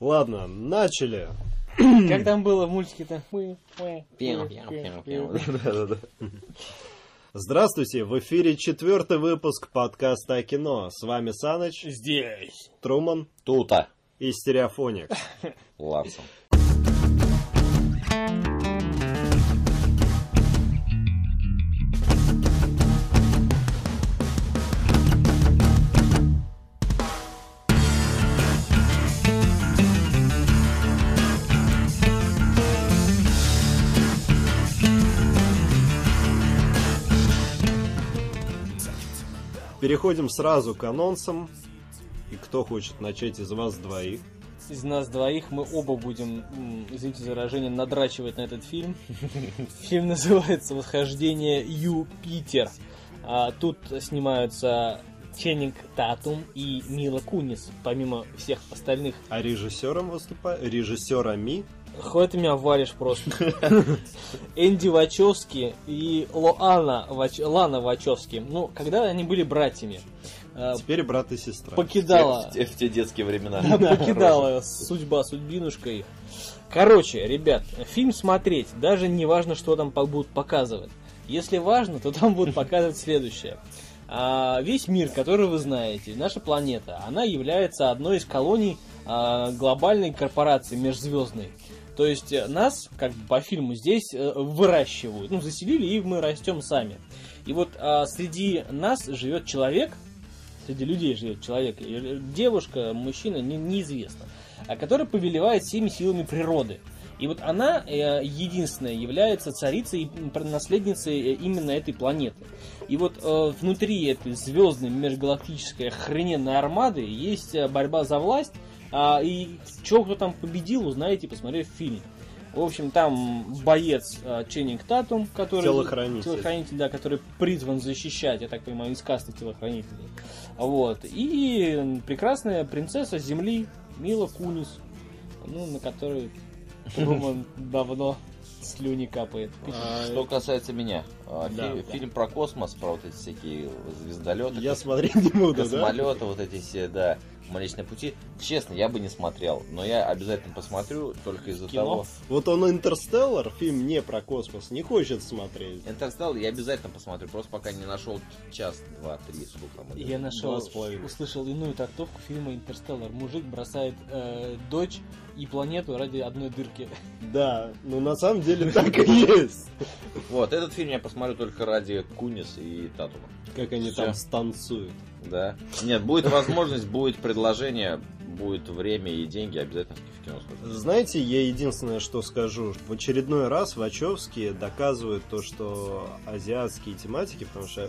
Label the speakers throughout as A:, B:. A: Ладно, начали.
B: Как там было в мультике-то? Мы- мы-
C: Пиу,
B: мы-
C: пиу,
B: мы-
C: пиу, пиу.
A: Да-да-да. Здравствуйте, в эфире четвертый выпуск подкаста о кино. С вами Саныч,
B: Здесь.
A: Труман
C: Тута.
A: и Стереофоник.
C: Ларсон.
A: Переходим сразу к анонсам. И кто хочет начать из вас двоих?
B: Из нас двоих мы оба будем, м, извините за выражение, надрачивать на этот фильм. Фильм называется «Восхождение Юпитер». А, Тут снимаются Ченнинг Татум и Мила Кунис, помимо всех остальных.
A: А режиссером выступает... Режиссерами?
B: Хватит ты меня валишь просто. Энди Вачовски и Лоана Вач- Лана Вачовски. Ну, когда они были братьями? А,
A: Теперь брат и сестра.
B: Покидала.
C: В Типа, те- в те детские времена.
B: Покидала судьба судьбинушка их. Короче, ребят, фильм смотреть, даже не важно, что там по- будут показывать. Если важно, то там будут показывать следующее. А, весь мир, который вы знаете, наша планета, она является одной из колоний а, глобальной корпорации межзвездной. То есть э, нас, как бы по фильму, здесь э, выращивают. Ну, заселили, и мы растем сами. И вот а, среди нас живет человек, среди людей живет человек, и э, девушка, мужчина, не- неизвестно, а который повелевает всеми силами природы. И вот она э, единственная является царицей и пр- наследницей э, именно этой планеты. И вот э, внутри этой звездной межгалактической охрененной армады есть э, борьба за власть. а, и чего кто там победил, узнаете, посмотрев фильм. В общем, там боец э, Ченнинг Татум, который...
A: Телохранитель.
B: Телохранитель, да, который призван защищать, я так понимаю, из касты телохранителей. Вот. И прекрасная принцесса Земли Мила Кунис, ну, на которую Труман давно слюни капает.
A: А,
C: Что касается меня, а,
A: Да.
C: фи- фильм про космос, про вот эти всякие звездолеты,
A: Я смотреть не буду, да?
C: космолеты, вот эти все, да, Млечные пути. Честно, я бы не смотрел, но я обязательно посмотрю только из-за
B: Кино?
C: того.
A: Вот он Интерстеллар, фильм не про космос, не хочет смотреть.
C: Интерстелл я обязательно посмотрю, просто пока не нашел час, два, три, сколько там.
B: Я нашел,
A: Два с половиной.
B: услышал иную трактовку фильма «Интерстеллар». Мужик бросает э, дочь и планету ради одной дырки.
A: Да, ну на самом деле так и есть.
C: Вот, этот фильм я посмотрю только ради Кунис и Татума.
A: Как они
C: Всё.
A: там станцуют.
C: Да. Нет, будет возможность, будет предложение, будет время и деньги, обязательно в кино схожу.
A: Знаете, я единственное, что скажу. В очередной раз Вачовские доказывают то, что азиатские тематики, потому что э,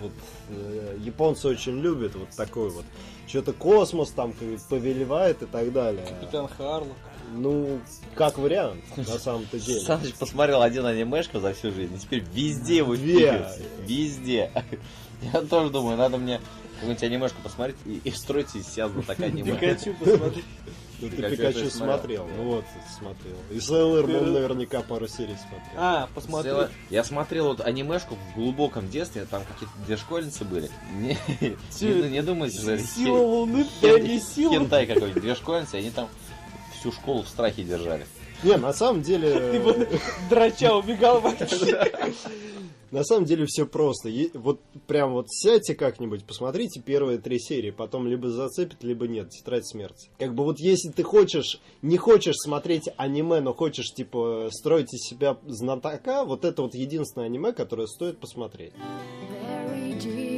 A: вот, э, японцы очень любят вот такой вот. Что-то космос там как- повелевает и так далее.
B: Капитан Харлок.
A: Ну, как вариант, на самом-то деле.
C: Саныч посмотрел один анимешку за всю жизнь, и теперь везде его
A: Две.
C: пилят. Везде. Я тоже думаю, надо мне какую-нибудь анимешку посмотреть и, и строить из себя знатока аниме.
B: Пикачу, посмотри.
A: Ну, ты
C: Пикачу
A: Пикачу
C: я смотрел.
A: смотрел. Ну вот, смотрел. И Сейлор Мун наверняка пару серий смотрел.
B: А, посмотри.
C: Целое- Я смотрел вот анимешку в глубоком детстве, там какие-то две школьницы были. Не, не, не думайте, что это
B: Сила Луны,
C: хен-
B: да не сила.
C: хентай какой-нибудь, две школьницы, и они там всю школу в страхе держали.
A: Не, на самом
B: Ты
A: деле...
B: бы драча убегал вообще.
A: На самом деле все просто. Е- Вот прям вот сядьте как-нибудь, посмотрите первые три серии, потом либо зацепит, либо нет. Тетрадь смерти. Как бы вот если ты хочешь, не хочешь смотреть аниме, но хочешь типа строить из себя знатока, вот это вот единственное аниме, которое стоит посмотреть.
D: Very deep.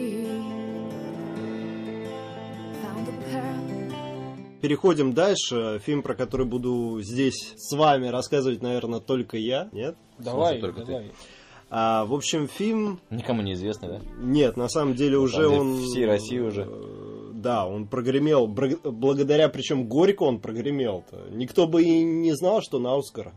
D: Found the pearl.
A: Переходим дальше. Фильм, про который буду здесь с вами рассказывать, наверное, только я. Нет?
B: Давай,
C: Слушай, только ты.
B: давай.
A: А, в общем, фильм
C: Никому неизвестно, да?
A: Нет, на самом деле
C: На
A: уже
C: самом деле,
A: он...
C: всей России уже.
A: э, Да, он прогремел. Бр- Благодаря, причем горько он прогремел-то. Никто бы и не знал, что на Оскар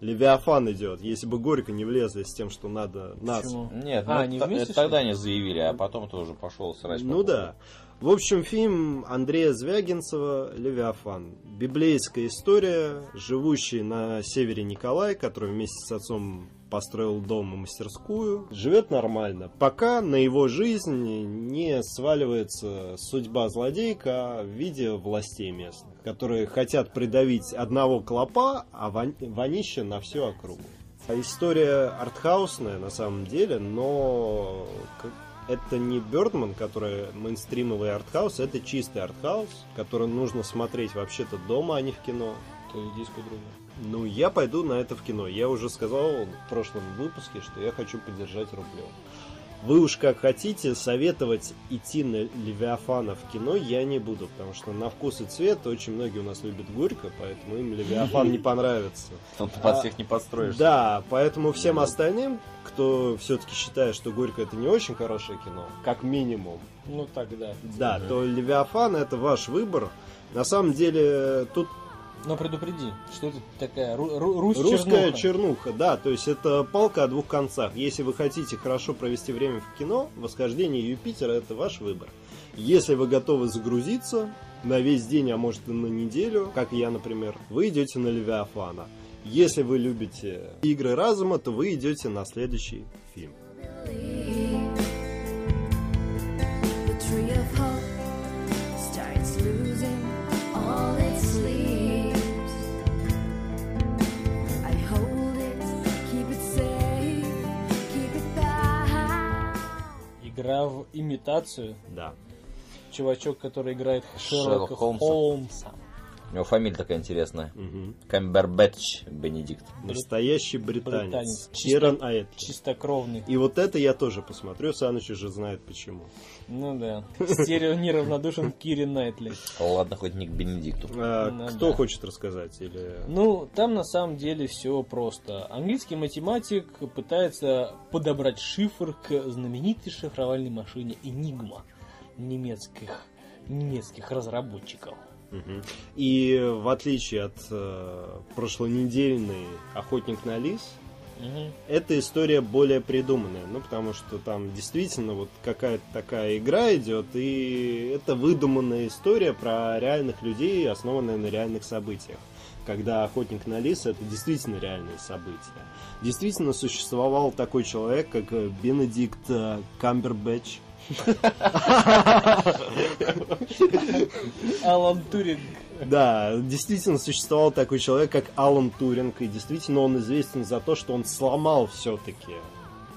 A: Левиафан идет, если бы горько не влезли с тем, что надо нас.
B: Почему?
C: Нет,
B: А,
C: ну,
B: они
C: т-
B: вместе,
C: это
B: что ли?
C: тогда не заявили, а потом тоже пошел срач. по
A: Ну
C: поводу.
A: да. В общем, фильм Андрея Звягинцева «Левиафан». Библейская история, живущий на севере Николай, который вместе с отцом построил дом и мастерскую, живет нормально, пока на его жизнь не сваливается судьба злодейка а в виде властей местных, которые хотят придавить одного клопа, а вон- вонища на всю округу. А История артхаусная на самом деле, но к- это не Бердман, который мейнстримовый артхаус, это чистый артхаус, который нужно смотреть вообще-то дома, а не в кино.
B: То есть диску друга.
A: Ну, я пойду на это в кино. Я уже сказал в прошлом выпуске, что я хочу поддержать Рублев. Вы уж как хотите, советовать идти на Левиафана в кино я не буду, потому что на вкус и цвет очень многие у нас любят горько, поэтому им Левиафан не понравится.
C: Там ты
A: А,
C: под всех не подстроишь.
A: Да, поэтому всем остальным, кто все-таки считает, что горько это не очень хорошее кино, как минимум,
B: Ну так, да.
A: да, то Левиафан это ваш выбор. На самом деле тут
B: Но предупреди, что это такая ру- ру- Русь
A: Русская
B: чернуха.
A: чернуха, да, то есть это палка о двух концах. Если вы хотите хорошо провести время в кино, восхождение Юпитера это ваш выбор. Если вы готовы загрузиться на весь день, а может и на неделю, как я, например, вы идете на Левиафана. Если вы любите игры разума, то вы идете на следующий фильм.
D: believe. The tree of hope starts losing all its leaves. I hold it, keep it safe, keep it back.
B: Игра в имитацию.
A: Да.
B: Чувачок, который играет Шерлока,
C: Шерлока
B: Холмса.
C: Холмса. У него фамилия такая интересная.
A: Мгм.
C: Камбербэтч Бенедикт.
A: Настоящий британец.
B: Британец.
A: Киран Айтли.
B: Чистокровный.
A: И вот это я тоже посмотрю, Саныч уже знает почему.
B: Ну да. Стерео неравнодушен Кири Найтли.
C: Ладно, хоть не к Бенедикту.
A: А,
B: Ну
A: кто
B: да.
A: хочет рассказать? Или...
B: Ну, там на самом деле все просто. Английский математик пытается подобрать шифр к знаменитой шифровальной машине Enigma немецких, немецких разработчиков.
A: Мгм. И э, в отличие от э, прошлонедельной «Охотник на лис»,
B: Мгм.
A: эта история более придуманная, ну, потому что там действительно вот какая-то такая игра идет, и это выдуманная история про реальных людей, основанная на реальных событиях. Когда охотник на лис это действительно реальные события. Действительно существовал такой человек, как э, Бенедикт э, Камбербэтч.
B: Алан Туринг.
A: Да, действительно существовал такой человек, как Алан Туринг, и действительно он известен за то, что он сломал все-таки.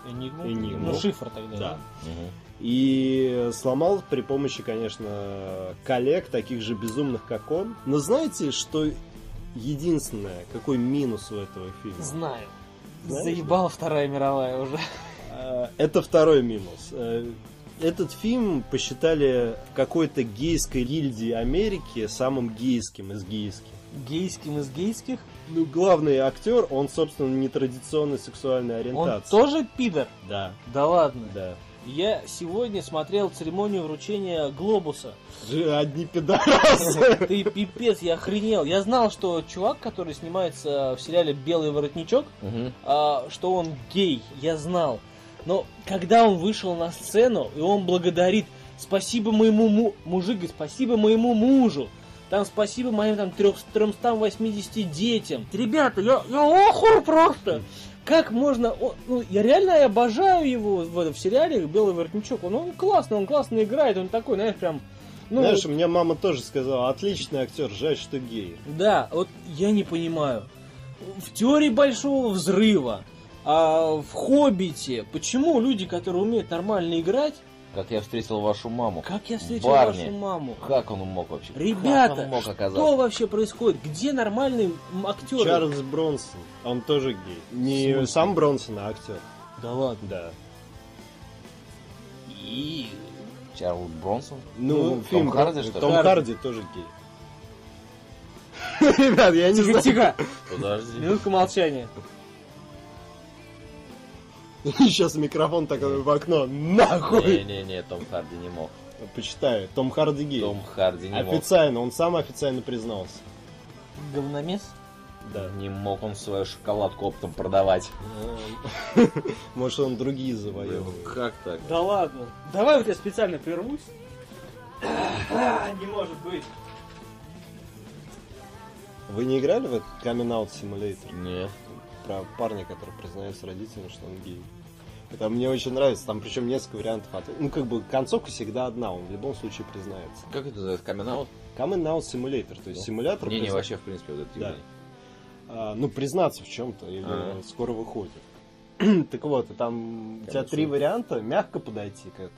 B: Enigma?
A: Enigma.
B: Ну, шифр тогда.
A: Да.
B: да?
C: Мгм.
A: И сломал при помощи, конечно, коллег, таких же безумных, как он. Но знаете, что единственное, какой минус у этого фильма?
B: Знаю.
A: Знаешь,
B: Заебала Вторая мировая уже.
A: Э, Это второй минус. Э, Этот фильм посчитали в какой-то гейской гильдии Америки самым гейским из гейских.
B: Гейским из гейских.
A: Ну, главный актер, он, собственно, нетрадиционной сексуальной
B: Он
A: ориентации.
B: тоже пидор?
A: Да,
B: Да ладно.
A: да.
B: Я сегодня смотрел церемонию вручения глобуса.
A: Ж- Одни пидорасы.
B: Ты пипец, я охренел. Я знал, что чувак, который снимается в сериале Белый воротничок,
C: Мгм.
B: а, что он гей, я знал. Но когда он вышел на сцену, и он благодарит, спасибо моему му... мужик, говорит, спасибо моему мужу, там спасибо моим там трех- 380 детям. Ребята, я, я охур просто! Как можно... о- ну, я реально я обожаю его в, этом- в сериале «Белый воротничок». Он, он классный, он классно играет, он такой, знаешь, прям... Ну,
A: Знаешь, у меня мама тоже сказала, отличный актер, жаль, что гей.
B: да, вот я не понимаю. В теории большого взрыва, а в хоббите, почему люди, которые умеют нормально играть,
C: Как я встретил вашу маму.
B: как я встретил
C: Барни.
B: вашу маму?
C: Как он мог вообще? Как
B: Ребята,
C: он мог
B: Что
C: оказаться?
B: вообще происходит? Где нормальные м- актеры?
A: Чарльз Бронсон, он тоже гей.
B: В
A: Не
B: смысле?
A: сам Бронсон, а актер.
B: Да ладно.
A: Да.
B: И...
C: Чарльз Бронсон?
A: Ну,
C: Том
A: фильм про-
C: Харди, что ли?
A: Том Харди тоже гей. Ребят, я не знаю.
B: Тихо-тихо,
C: Подожди.
B: минутка молчания.
A: Сейчас микрофон такой в окно. Нахуй!
C: Не-не-не, Том Харди не мог.
A: Почитаю. Том Харди гей.
C: Том Харди не мог.
A: Официально, он сам официально признался.
B: Говномес?
A: Да.
C: Не мог он свою шоколадку оптом продавать.
A: Эм, Может, он другие завоевывает.
C: Как так?
B: Да ладно. Давай вот я специально прервусь. А, Не может быть.
A: Вы не играли в этот Камин Аут Симулятор?
C: Нет.
A: про парня, который признается родителям, что он гей. Это мне очень нравится, там причем несколько вариантов. ответа. Ну, как бы концовка всегда одна, он в любом случае признается.
C: Как это называется? Камин-аут?
A: Common Out Simulator, то есть
C: Да.
A: симулятор...
C: Ну, Не, не,
A: призна-
C: вообще, в принципе, вот это
A: Да.
C: явление.
A: а, ну, признаться в чем-то, или
C: Ага.
A: скоро выходит. так вот, и там у тебя
C: Короче.
A: три варианта, мягко подойти к этому.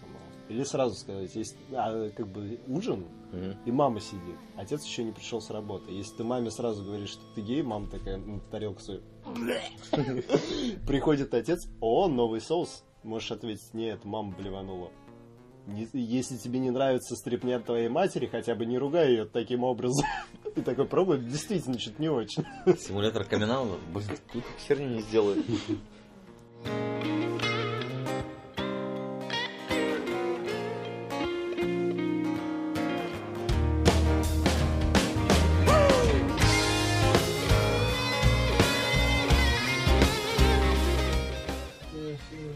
A: Или сразу сказать, есть а, как бы ужин,
C: Мгм.
A: и мама сидит, отец еще не пришел с работы. Если ты маме сразу говоришь, что ты гей, мама такая на тарелку свою. «Бля». Приходит отец, о, новый соус. Можешь ответить, нет, мама блеванула. Не- Если тебе не нравится стрипня твоей матери, хотя бы не ругай ее таким образом. Ты такой пробуй, действительно, что-то не очень.
C: Симулятор камин-аута? Блин, тут херню не сделают.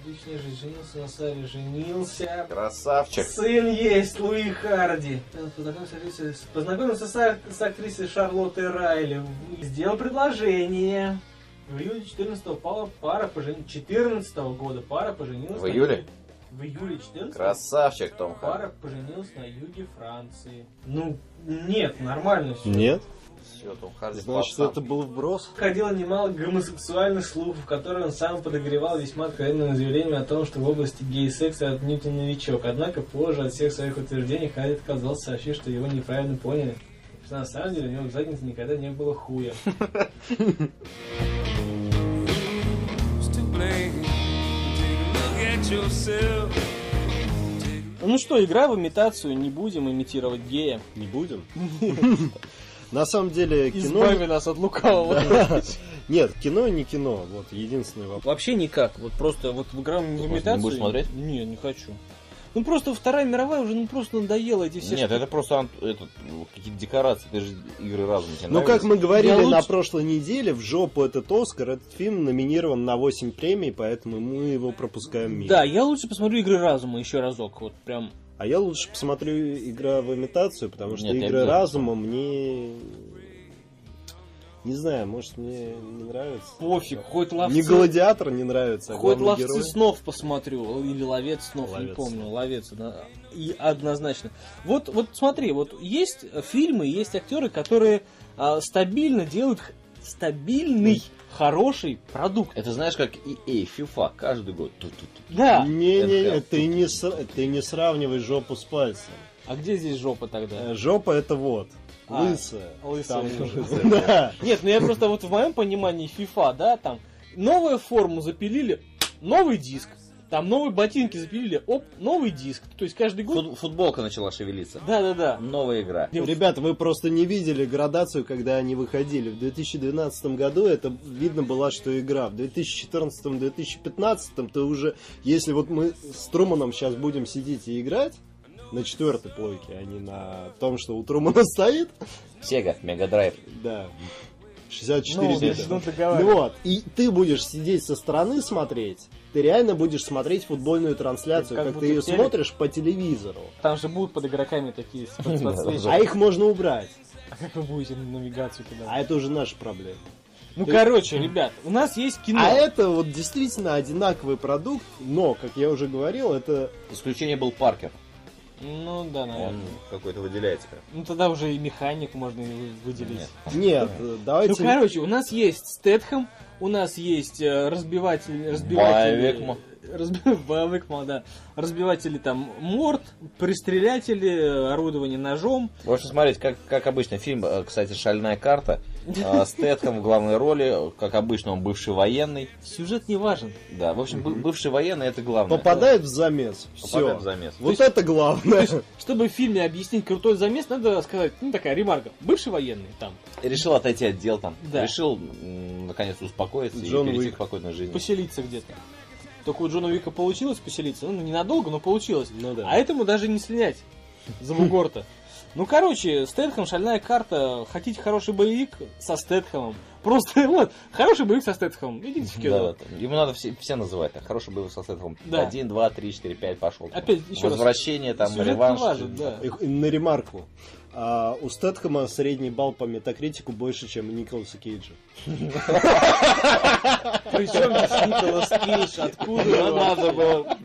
B: Личная жизнь женился на Саре, женился.
C: Красавчик.
B: Сын есть, Луи Харди. Познакомился, с актрисой- познакомился с, ак- с актрисой Шарлоттой Райли. Сделал предложение. В июле 14 пала пара пожен... 14 года пара поженилась.
C: В
B: на-
C: июле?
B: В июле 14
C: Красавчик, Том Харди.
B: пара поженилась на юге Франции. Ну, нет, нормально все.
C: Все, Том Харди
A: Значит,
C: пацан.
A: это был вброс.
B: Ходило немало гомосексуальных слухов, которые он сам подогревал весьма откровенными заявлениями о том, что в области гей-секса отнюдь не новичок. Однако позже от всех своих утверждений Харри отказался сообщить, что его неправильно поняли. Что на самом деле у него в заднице никогда не было хуя.
E: who's to blame? Take a look at yourself.
B: Ну что, игра в имитацию, не будем имитировать гея.
A: Не будем? На самом деле, кино...
B: Избави нас от лукавого.
A: Нет, кино не кино. Вот единственный вопрос.
B: Вообще никак. Вот просто вот в игра в имитацию...
C: не будешь смотреть?
B: Не, не хочу. Ну просто Вторая мировая уже ну просто надоела эти все
C: Нет, это просто ан- этот, ну, какие-то декорации, даже игры разума тебе
A: Ну,
C: нравятся?
A: как мы говорили
B: Я
A: на
B: лучше-
A: прошлой неделе, в жопу этот Оскар, этот фильм номинирован на 8 премий, поэтому мы его пропускаем мимо.
B: Да, я лучше посмотрю игры разума еще разок, вот прям.
A: А я лучше посмотрю «Игра в имитацию», потому что
C: Нет, я
A: «Игры
C: обязательно
A: разума» мне... Не знаю, может, мне не нравится.
B: Пофиг, хоть ловцы.
A: Не «Гладиатор» не нравится, а
B: Хоть
A: «Главный
B: ловцы
A: герой».
B: снов посмотрю, или ловец снов, не
A: Ловец.
B: помню, ловец, да, и однозначно. Вот, вот смотри, вот есть фильмы, есть актеры, которые а, стабильно делают х- стабильный, хороший продукт.
C: Это знаешь, как EA, FIFA, каждый год. Ту-ту-ту.
B: Да.
A: Не-не-не,
C: Это-
A: ты не, сра- ты не сравнивай жопу с пальцем.
B: А где здесь жопа тогда?
A: Э, Жопа это вот.
B: А,
A: Лысая.
B: лысая
A: Там-
B: жопа.
A: Да.
B: Нет, ну я просто вот в моем понимании FIFA, да, там новую форму запилили, новый диск. Там новые ботинки запилили, оп, новый диск. То есть каждый год...
C: Фут- Футболка начала шевелиться.
B: Да-да-да.
C: Новая игра.
B: Я вот-
A: Ребята, вы просто не видели градацию, когда они выходили. В 2012 году это видно была, что игра. В 2014-2015 ты уже, если вот мы с Труманом сейчас будем сидеть и играть, на четвертой плойке, а не на том, что у Трумана стоит,
C: Sega, Mega Drive.
A: да, 64
B: ну,
A: бита.
B: начнут
A: Ну
B: договаривать.
A: вот, и ты будешь сидеть со стороны смотреть, ты реально будешь смотреть футбольную трансляцию,
B: Как
A: как,
B: будто
A: ты ее
B: телек.
A: смотришь по телевизору.
B: Ну, Там же будут под игроками такие с- под-
A: А
B: подсвечники.
A: их можно убрать.
B: А как вы будете навигацию туда?
A: А это уже наша проблема.
B: Ну, короче, ребят, у нас есть кино.
A: А это вот действительно одинаковый продукт, но, как я уже говорил, это
C: Исключение был Паркер.
B: Ну, да,
C: А Он
B: наверное.
C: какой-то выделяется. прям.
B: Ну, тогда уже и механик можно и вы- выделить.
C: Нет.
A: нет, э,
B: Ну,
A: давайте.
B: короче, у нас есть Стэтхэм, у нас есть э, разбиватель, разбиватели...
C: Боевикма.
B: Разби- Боевикма, да. Разбиватели там морд, пристрелятели, э, орудование ножом.
C: В общем, смотрите, как, как обычно, фильм, э, кстати, «Шальная карта». Э, Стэтхэм в главной роли, э, как обычно, он бывший военный.
B: Сюжет не важен.
C: Да, в общем, бы- бывший военный это главное.
A: Попадает в замес.
C: Попадает
A: Все.
C: в замес.
A: Ну, Вот это главное.
B: Чтобы в фильме объяснить крутой замес, надо сказать, ну, такая ремарка. Бывший военный там
C: Решил отойти от дел там.
B: Да.
C: Решил, м, наконец, успокоиться
A: Джон
C: и перейти
A: Уик.
C: к спокойной жизни.
B: поселиться где-то. Только у Джона Уика получилось поселиться. Ну, ненадолго, но получилось.
A: Ну да.
B: А этому даже не слинять за бугор-то. Ну, короче, Стэтхэм, шальная карта. Хотите хороший боевик со Стэтхэмом? Просто вот, хороший боевик со Стэтхэм. Идите в кино.
C: Да, да, там. Ему надо все, все называть. Так, хороший был со Сетовым.
B: Да.
C: Один, два, три, четыре, пять пошел.
B: Опять, еще раз.
C: Возвращение, там,
B: Сюжет не
C: реванш.
B: важен, да.
A: И- и На ремарку. А, у Стэтхэма средний балл по метакритику больше, чем у Николаса Кейджа.
B: Причем здесь Николас Кейдж, откуда
C: Ну,
B: он?
C: надо было.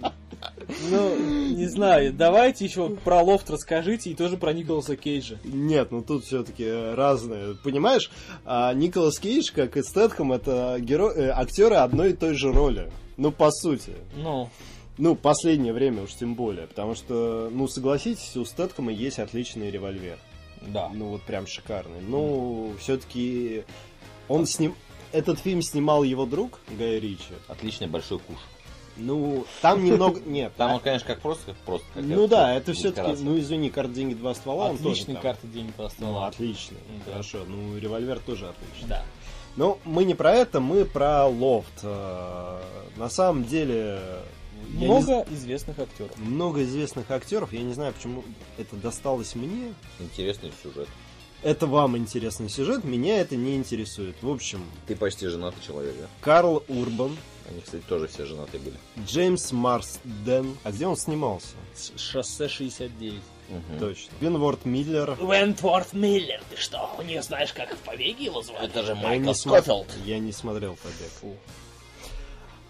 B: Ну, не знаю, давайте еще про лофт расскажите и тоже про Николаса Кейджа.
A: Нет, ну тут все-таки разные. Понимаешь, а, Николас Кейдж, как и Стэтхэм, это геро- э, актеры одной и той же роли. Ну, по сути.
B: Ну,
A: Ну, последнее время уж тем более. Потому что, ну, согласитесь, у Стэтхэма есть отличный револьвер.
B: да.
A: Ну, вот прям шикарный. Ну, все-таки он сним... Этот фильм снимал его друг Гай Ричи.
C: Отличный большой куш.
A: Ну, там немного... Нет,
C: Там он, конечно, как просто, как просто. как
A: А Ну да, это все-таки,
C: декорация.
A: ну извини, карт деньги два ствола,
B: Отличный
A: он тоже там.
B: карта денег по
A: Ну,
B: стволам.
A: отличный,
B: Да.
A: хорошо. Ну, револьвер тоже отличный.
B: Да.
A: Но мы не про это, мы про лофт. Э, На самом деле... я не
B: Много известных актеров.
A: з- Много известных актеров, я не знаю, почему это досталось мне.
C: Интересный сюжет.
A: Это вам интересный сюжет, меня это не интересует. В общем,
C: Ты почти женатый человек, да?
A: Карл Урбан,
C: Они, кстати, тоже все женатые были.
A: Джеймс Марсден. А где он снимался?
B: С- Шоссе 69.
C: Мгм.
A: Точно. Винворд Миллер.
B: Вентворд Миллер, ты что, не знаешь, как в побеге его звали?
C: Это же
A: Я не
C: Майкл
A: смо-
C: Скофилд.
A: Я не смотрел «Побег».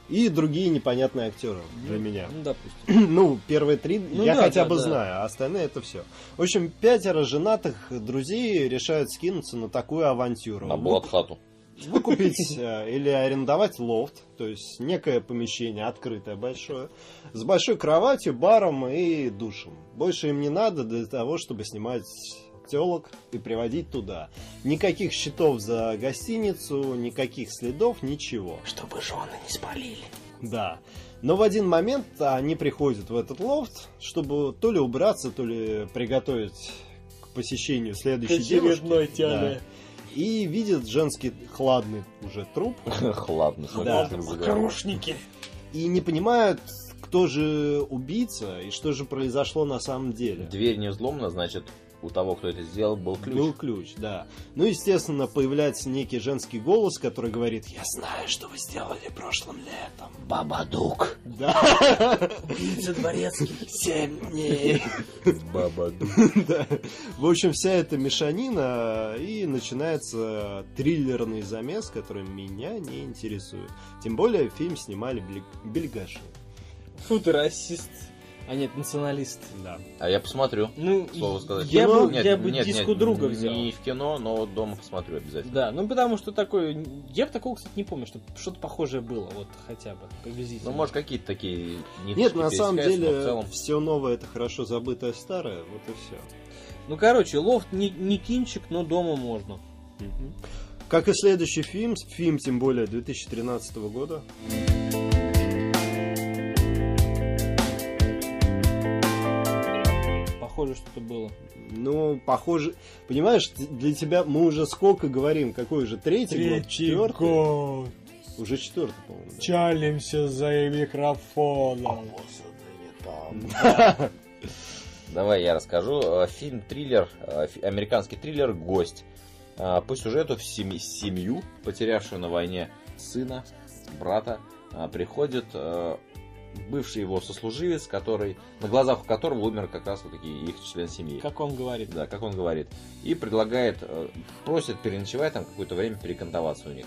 A: И другие непонятные актеры для меня.
B: Ну, допустим.
A: Ну, первые три
B: Ну
A: я
B: да,
A: хотя
B: да,
A: бы
B: да.
A: знаю, а остальные это все. В общем, пятеро женатых друзей решают скинуться на такую авантюру.
C: На
A: Вы-
C: Блатхату.
A: Выкупить э, или арендовать лофт, то есть некое помещение открытое, большое, с большой кроватью, баром и душем. Больше им не надо для того, чтобы снимать телок и приводить туда. Никаких счетов за гостиницу, никаких следов, ничего.
B: Чтобы жены не спалили.
A: Да. Но в один момент они приходят в этот лофт, чтобы то ли убраться, то ли приготовить к посещению следующей
B: Очередной
A: девушки.
B: тяне.
A: Да. И видят женский хладный уже труп.
C: Ладно, смотри,
A: Да.
C: как заговорил.
B: Хорошники.
A: И не понимают, кто же убийца и что же произошло на самом деле.
C: Дверь не взломана, значит, у того, кто это сделал, был ключ.
A: Был ключ, да. Ну, естественно, появляется некий женский голос, который говорит «Я знаю, что вы сделали прошлым летом».
C: Бабадук.
A: Да.
B: Убийца дворецкий.
A: Семь дней.
C: Бабадук.
A: Да. В общем, вся эта мешанина и начинается триллерный замес, который меня не интересует. Тем более фильм снимали бли- бельгаши.
B: Фу ты расист. А нет, националист.
A: Да.
C: А я посмотрю.
B: Ну,
C: Слово сказать.
B: я
C: Кино?
B: бы,
C: Нет,
B: я бы
C: нет,
B: диску
C: нет,
B: друга взял.
C: Не в кино, но вот дома посмотрю обязательно.
B: Да, ну потому что такое... Я бы такого, кстати, не помню, что что-то похожее было, вот хотя бы, приблизительно.
C: Ну, может, какие-то такие ниточки
A: Нет, на самом
C: пересекаются, но в
A: деле
C: целом...
A: все новое это хорошо забытое старое, вот и все.
B: Ну, короче, лофт не, не кинчик, но дома можно.
A: Как и следующий фильм, фильм тем более 2013 года.
B: Похоже, что-то было.
A: Ну, похоже, понимаешь, т- для тебя мы уже сколько говорим, какой уже третий, год, четвертый,
B: год.
A: уже четвертый, по-моему. да.
B: Чалимся за микрофоном.
C: Давай я расскажу. Э, Фильм триллер, э, фи- американский триллер Гость. Э, По сюжету в семи- семью, потерявшую на войне сына, брата, э, приходит э, бывший его сослуживец, который на глазах у которого умер как раз вот такие их член семьи.
B: Как он говорит.
C: Да, как он говорит. И предлагает, э, просит переночевать там какое-то время, перекантоваться у них.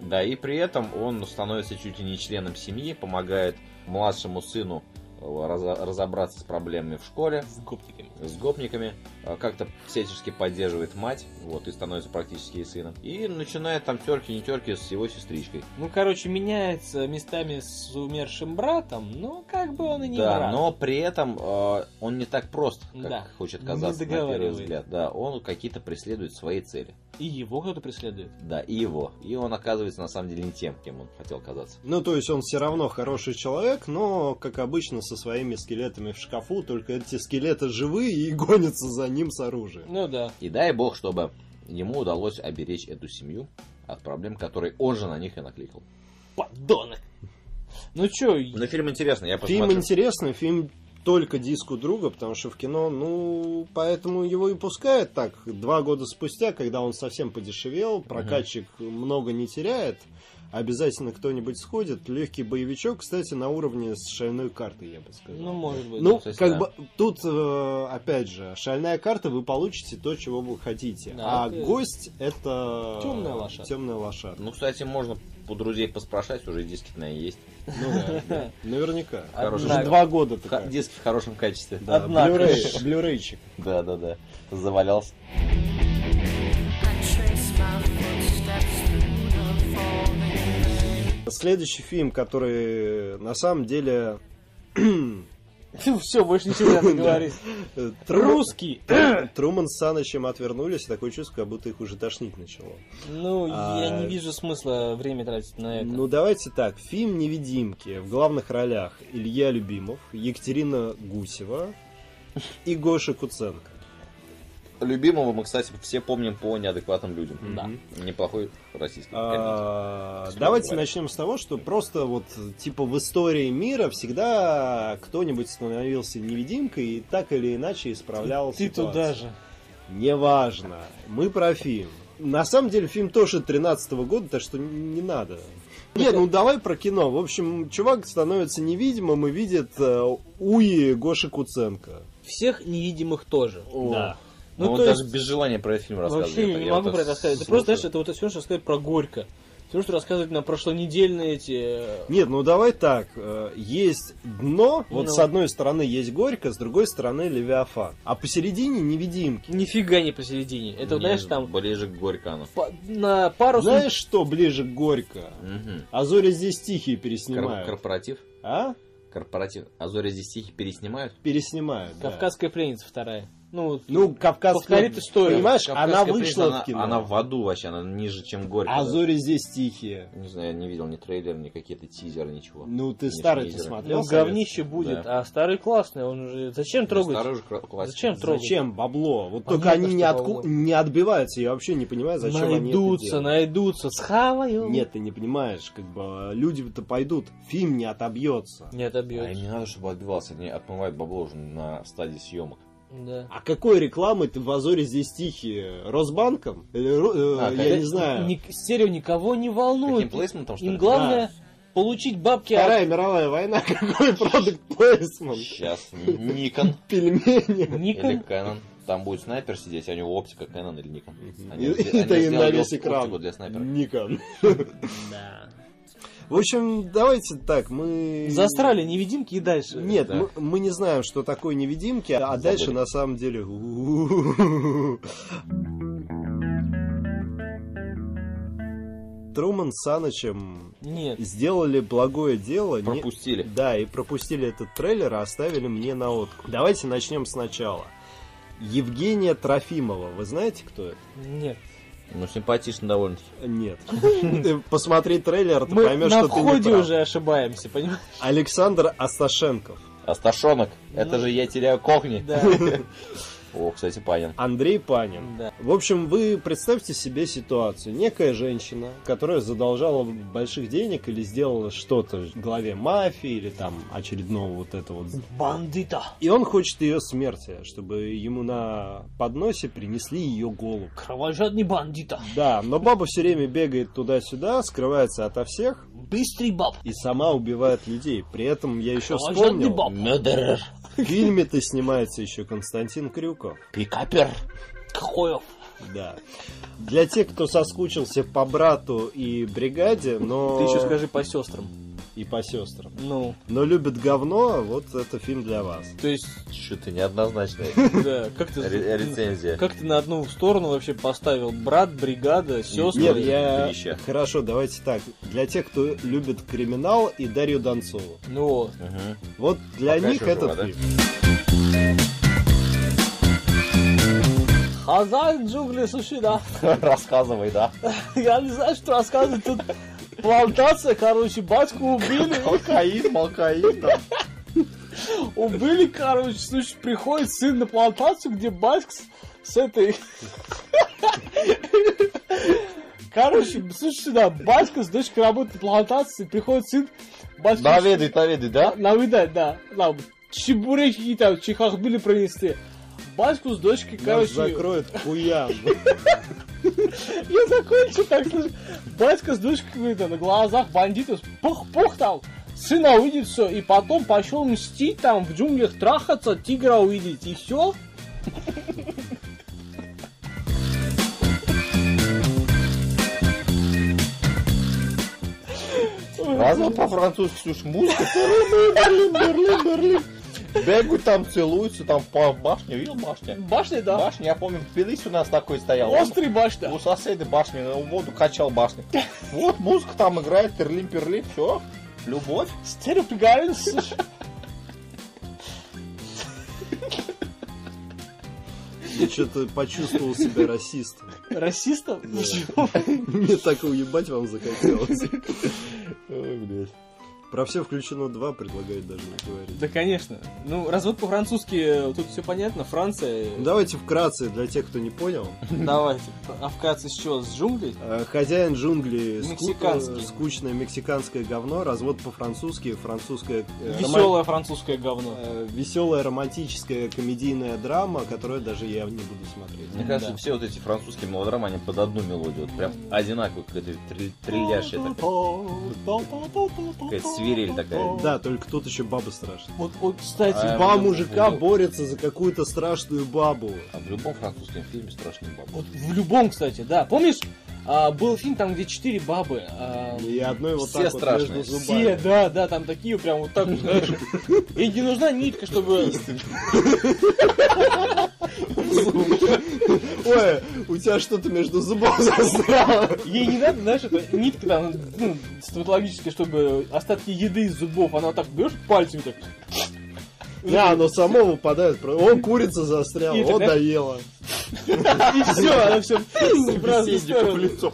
C: Да, и при этом он становится чуть ли не членом семьи, помогает младшему сыну э, разо- разобраться с проблемами в школе,
B: С гопниками.
C: с гопниками, э, как-то всячески поддерживает мать, вот, и становится практически и сыном. И начинает там терки, не терки с его сестричкой.
B: Ну, короче, меняется местами с умершим братом, но как бы он и не
C: да,
B: брат.
C: но при этом э, он не так прост, как
B: Да.
C: хочет
B: Не
C: казаться на первый
B: договаривает.
C: взгляд. Да, он какие-то преследует свои цели.
B: И его кто-то преследует.
C: Да, и его. И он оказывается на самом деле не тем, кем он хотел казаться.
A: Ну, то есть он все равно хороший человек, но, как обычно, со своими скелетами в шкафу, только эти скелеты живые и гонятся за ним с оружием.
B: Ну да.
C: И дай бог, чтобы ему удалось оберечь эту семью от проблем, которые он же на них и накликал.
B: Подонок. Ну чё, Ну
C: Но фильм интересный, я
A: Фильм
C: посмотрю.
A: интересный, фильм только диску друга, потому что в кино, ну, поэтому его и пускают так. Два года спустя, когда он совсем подешевел, прокатчик много не теряет, обязательно кто-нибудь сходит. Легкий боевичок, кстати, на уровне с шальной картой, я бы сказал.
B: Ну, может быть.
A: Ну,
C: то есть,
A: как
C: да.
A: бы тут, э, опять же, шальная карта, вы получите то, чего вы хотите.
B: Да,
A: а
B: это-
A: гость это...
B: Тёмная лошадка.
A: Темная лошадка.
C: Ну, кстати, можно у друзей поспрашать, уже дискетная есть.
A: Ну, да. Наверняка.
C: Хороший
A: Уже
C: шаг.
A: два года
C: Ха-
A: такая.
C: Диски в хорошем качестве.
A: Да,
B: Однако
A: Blu-ray- Blu-rayчик.
C: Да, да, да. Завалялся.
D: I trace my footsteps through the falling rain.
A: Следующий фильм, который э, на самом деле
B: Все, больше ничего не надо говорить.
A: э, Тру-
B: Русский.
A: Труман с Санычем отвернулись, такое чувство, как будто их уже тошнить начало.
B: Ну, я
A: А,
B: не вижу смысла время тратить на это.
A: Ну давайте так, фильм «Невидимки» в главных ролях Илья Любимов, Екатерина Гусева и Гоша Куценко.
C: Любимого мы, кстати, все помним по неадекватным людям.
B: Да.
C: Неплохой российский комедий.
A: А,
C: С
A: Давайте
C: вами
A: начнем с того, что просто вот типа в истории мира всегда кто-нибудь становился невидимкой и так или иначе исправлял
B: Ты
A: ситуацию.
B: туда же.
A: Неважно. Мы про фильм. На самом деле фильм тоже 13 года, так что не надо. Нет, ну давай про кино. В общем, чувак становится невидимым и видит э, Уи Гоши Куценко.
B: Всех невидимых тоже.
A: Да.
C: Ну,
B: Ну,
C: вот
B: то
C: даже
B: есть-
C: без желания про этот фильм рассказывать.
B: Вообще я
C: Это
B: не
C: я
B: могу
C: вот
B: про это рассказать. Это просто,
C: слушаю.
B: знаешь, это вот все, что сказать про Горько. Все, что рассказывают на прошлонедельные эти... э,
A: Нет, ну давай так. э, Есть дно, вот
B: Ну.
A: с одной стороны есть Горько, с другой стороны Левиафан. А посередине невидимки.
B: Нифига не посередине. Это,
C: Мне
B: знаешь, там
C: Ближе к Горькану.
B: па- на пару... см-
A: Знаешь, что ближе к Горько?
C: Мгм.
A: А зори здесь тихие
C: Кор-
A: переснимают.
C: корпоратив.
A: А?
C: Корпоратив. А Зори здесь тихи переснимают.
A: Переснимают, да.
B: Кавказская пленница вторая. Ну, вот
A: Ну, кавказская...
B: Повторит историю.
A: Понимаешь,
C: Кавказская
A: она
C: пленница,
A: вышла
C: она,
A: в кино.
C: Она в аду вообще, она ниже, чем Горько.
A: А
C: даже.
A: зори здесь тихие.
C: Не знаю, я не видел ни трейлер, ни какие-то тизеры, ничего.
A: Ну, ты
C: Конечно,
A: старый
C: видел.
A: ты смотрел.
B: ну, говнище будет,
C: Да.
B: а старый классный, он уже... Зачем трогать?
C: Старый уже кра- классик.
B: Зачем трогать?
A: Зачем бабло? Вот
B: Понятно,
A: только они не,
B: что
A: отку-
B: бабло.
A: не отбиваются. Я вообще не понимаю, зачем
B: найдутся,
A: они это
B: найдутся, схаваю.
A: делают. Нет, ты не понимаешь, как бы люди-то пойдут, фильм не отобьется.
B: Не
C: А им
B: отобьется.
C: не надо, чтобы отбивался, они отмывают бабло уже на стадии съемок.
B: Да.
A: А какой рекламы ты в Азоре здесь тихие? Росбанком? Или, э,
C: А,
A: я
C: когда-
A: не знаю.
B: Ни- стерео никого не волнует.
C: Каким плейсментом, что
B: Им
C: ли?
B: главное получить бабки от
A: Вторая мировая война, какой продукт плейсмент?
C: Сейчас. Никон
A: Пельмени.
C: или
B: Никон.
C: Кэнон. Там будет снайпер сидеть, а у него оптика Кэнон или Никон. Они-
A: И-
C: они
A: и Это и на
C: сделали
A: весь
C: оп- оптику
A: экран.
C: для снайпера.
A: Никон.
B: Да.
A: В общем, давайте так, мы...
B: Застрали невидимки и дальше.
A: Нет,
C: Да.
A: мы, мы не знаем, что такое невидимки, а
C: Забыли.
A: дальше на самом деле... Труман с Санычем
B: Нет.
A: сделали благое дело. не-
C: Пропустили.
A: Да, и пропустили этот трейлер, а оставили мне на откуп. Давайте начнем сначала. Евгения Трофимова. Вы знаете, кто это?
B: Нет.
C: Ну, симпатично довольно-таки.
A: Нет. Ты Посмотри трейлер, ты
B: Мы
A: поймешь,
B: на
A: что ты не
B: входе
A: прав.
B: уже ошибаемся, понимаешь?
A: Александр Асташенков.
C: Асташонок,
B: Ну.
C: это же я теряю кохни.
B: Да.
C: О, кстати, Панин.
A: Андрей Панин.
B: Да.
A: В общем, вы представьте себе ситуацию. Некая женщина, которая задолжала больших денег или сделала что-то в главе мафии или там очередного вот этого вот.
B: Бандита.
A: И он хочет ее смерти, чтобы ему на подносе принесли ее голову.
B: Кровожадный а. бандита.
A: Да, но баба все время бегает туда-сюда, скрывается ото всех
B: Быстрый баб.
A: и сама убивает людей. При этом я еще вспомнил,
C: Мёдерер,
A: в фильме-то снимается еще Константин Крюков.
C: пикапер.
B: Какой
A: Да. Для тех, кто соскучился по брату и бригаде, но...
B: Ты еще скажи по сестрам.
A: И по сестрам.
B: Ну,
A: Но любит говно, вот это фильм для вас.
B: то есть,
C: Что ты неоднозначная
B: да, как
C: ре-
B: ты...
C: рецензия.
B: Как ты на одну сторону вообще поставил? Брат, бригада, сестры?
A: Нет,
C: Ой,
A: я...
C: днище.
A: Хорошо, давайте так. Для тех, кто любит криминал и Дарью Донцову.
B: Ну, вот.
C: Мгм.
A: Вот для
C: Пока
A: них
C: еще
A: этот
C: жива, да?
A: фильм.
B: хозяин джунгли суши, да.
C: Рассказывай, да.
B: Я не знаю, что рассказывать. Тут плантация, короче, батьку убили.
C: Алкаин, алкаин, да.
B: Убили, короче, значит, приходит сын на плантацию, где батька с, с этой... Короче, слушай сюда, батька с дочкой работает на плантации, приходит сын, батька...
C: Наведай, наведай, да?
B: Навидать, да. Да, чебуреки там, чехахбили пронесли. Батьку с дочкой,
A: Нас
B: короче...
A: закроют хуям.
B: Я закончил так, слушай. Батька с дочкой говорит, на глазах бандитов, пух-пух там, сына увидит все, и потом пошел мстить там, в джунглях трахаться, тигра увидеть, и все.
C: Разве по-французски, Ксюш, музыка? Берлин, Берлин, Берлин. Бегают там, целуются, там по башне, видел башня?
B: Башня, да.
C: Башня, я помню, в Тбилиси у нас такой стоял. Он
B: Острый башня.
C: У соседа башни, он воду качал башни. Вот музыка там играет, терлин-перлин, все. Любовь.
B: Стереопигарин, слушай.
A: Я что-то почувствовал себя расистом.
B: Расистом?
C: Ну
A: Да. Мне так уебать вам захотелось. Про все включено два предлагает даже не говорить.
B: Да, конечно. Ну, развод по-французски, э, тут все понятно, Франция... э,
A: Давайте вкратце, для тех, кто не понял.
B: Давайте. А вкратце с чего? С джунглей?
A: Э, Хозяин джунглей ску-
B: Мексиканский.
A: э, скучное мексиканское говно, развод по-французски, французское э,
B: Веселое французское говно.
A: э, веселая романтическая комедийная драма, которую даже я не буду смотреть.
C: Мне кажется,
B: Да.
C: все вот эти французские мелодрамы, они под одну мелодию, вот прям одинаковые, какая-то триль- трильящая такая, какая-то свирель такая.
A: Да, только тут еще баба страшная.
B: Вот, вот, кстати,
C: А,
A: Два
C: ну,
A: мужика
C: ну.
A: борются за какую-то страшную бабу.
C: А в любом французском фильме страшный баба.
B: вот в любом, кстати, да. Помнишь, а, был фильм там, где четыре бабы. а,
A: И одной вот
C: Все
A: так вот
C: страшные.
A: между
B: все,
A: зубами.
B: да, да, там такие прям вот так вот, знаешь. И не нужна нитка, чтобы...
A: Ой, у тебя что-то между зубов застряло.
B: Ей не надо, знаешь, это нитка там, ну, стоматологическая, чтобы остатки еды из зубов, она так берешь пальцами так.
A: Да, оно само выпадает. Про- О, курица застряла,
B: И
A: о,
B: тогда-
A: доела.
B: И все, она все в разные
C: Собеседнику в
B: стороны.
C: лицо.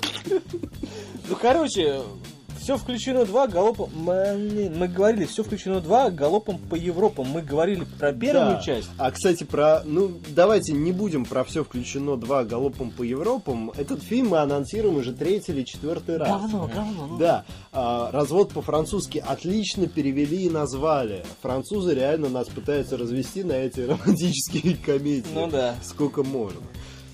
B: Ну, короче, все включено 2, галопом... Мы, мы говорили, все включено 2, галопом по Европам. Мы говорили про первую
A: Да.
B: часть.
A: А, кстати, про... Ну, давайте не будем про все включено два галопом по Европам. Этот фильм мы анонсируем уже третий или четвертый раз.
B: Говно, говно. ну.
A: Да, а, развод по-французски отлично перевели и назвали. Французы реально нас пытаются развести на эти романтические комедии.
B: Ну да.
A: Сколько можно.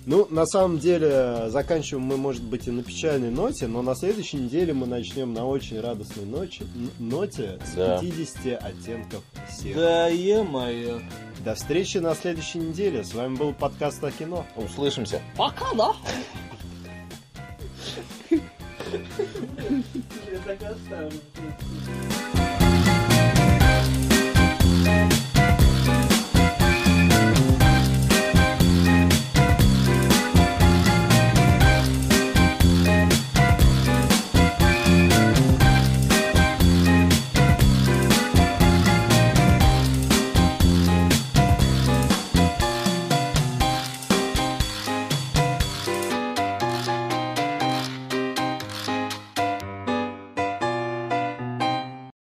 A: Ну, на самом деле, заканчиваем мы, может быть, и на печальной ноте, но на следующей неделе мы начнем на очень радостной ночи, н- ноте с
C: Да.
A: 50 оттенков серого.
B: Да е-мое.
A: До встречи на следующей неделе. С вами был подкаст о кино.
C: Услышимся.
B: Пока, да?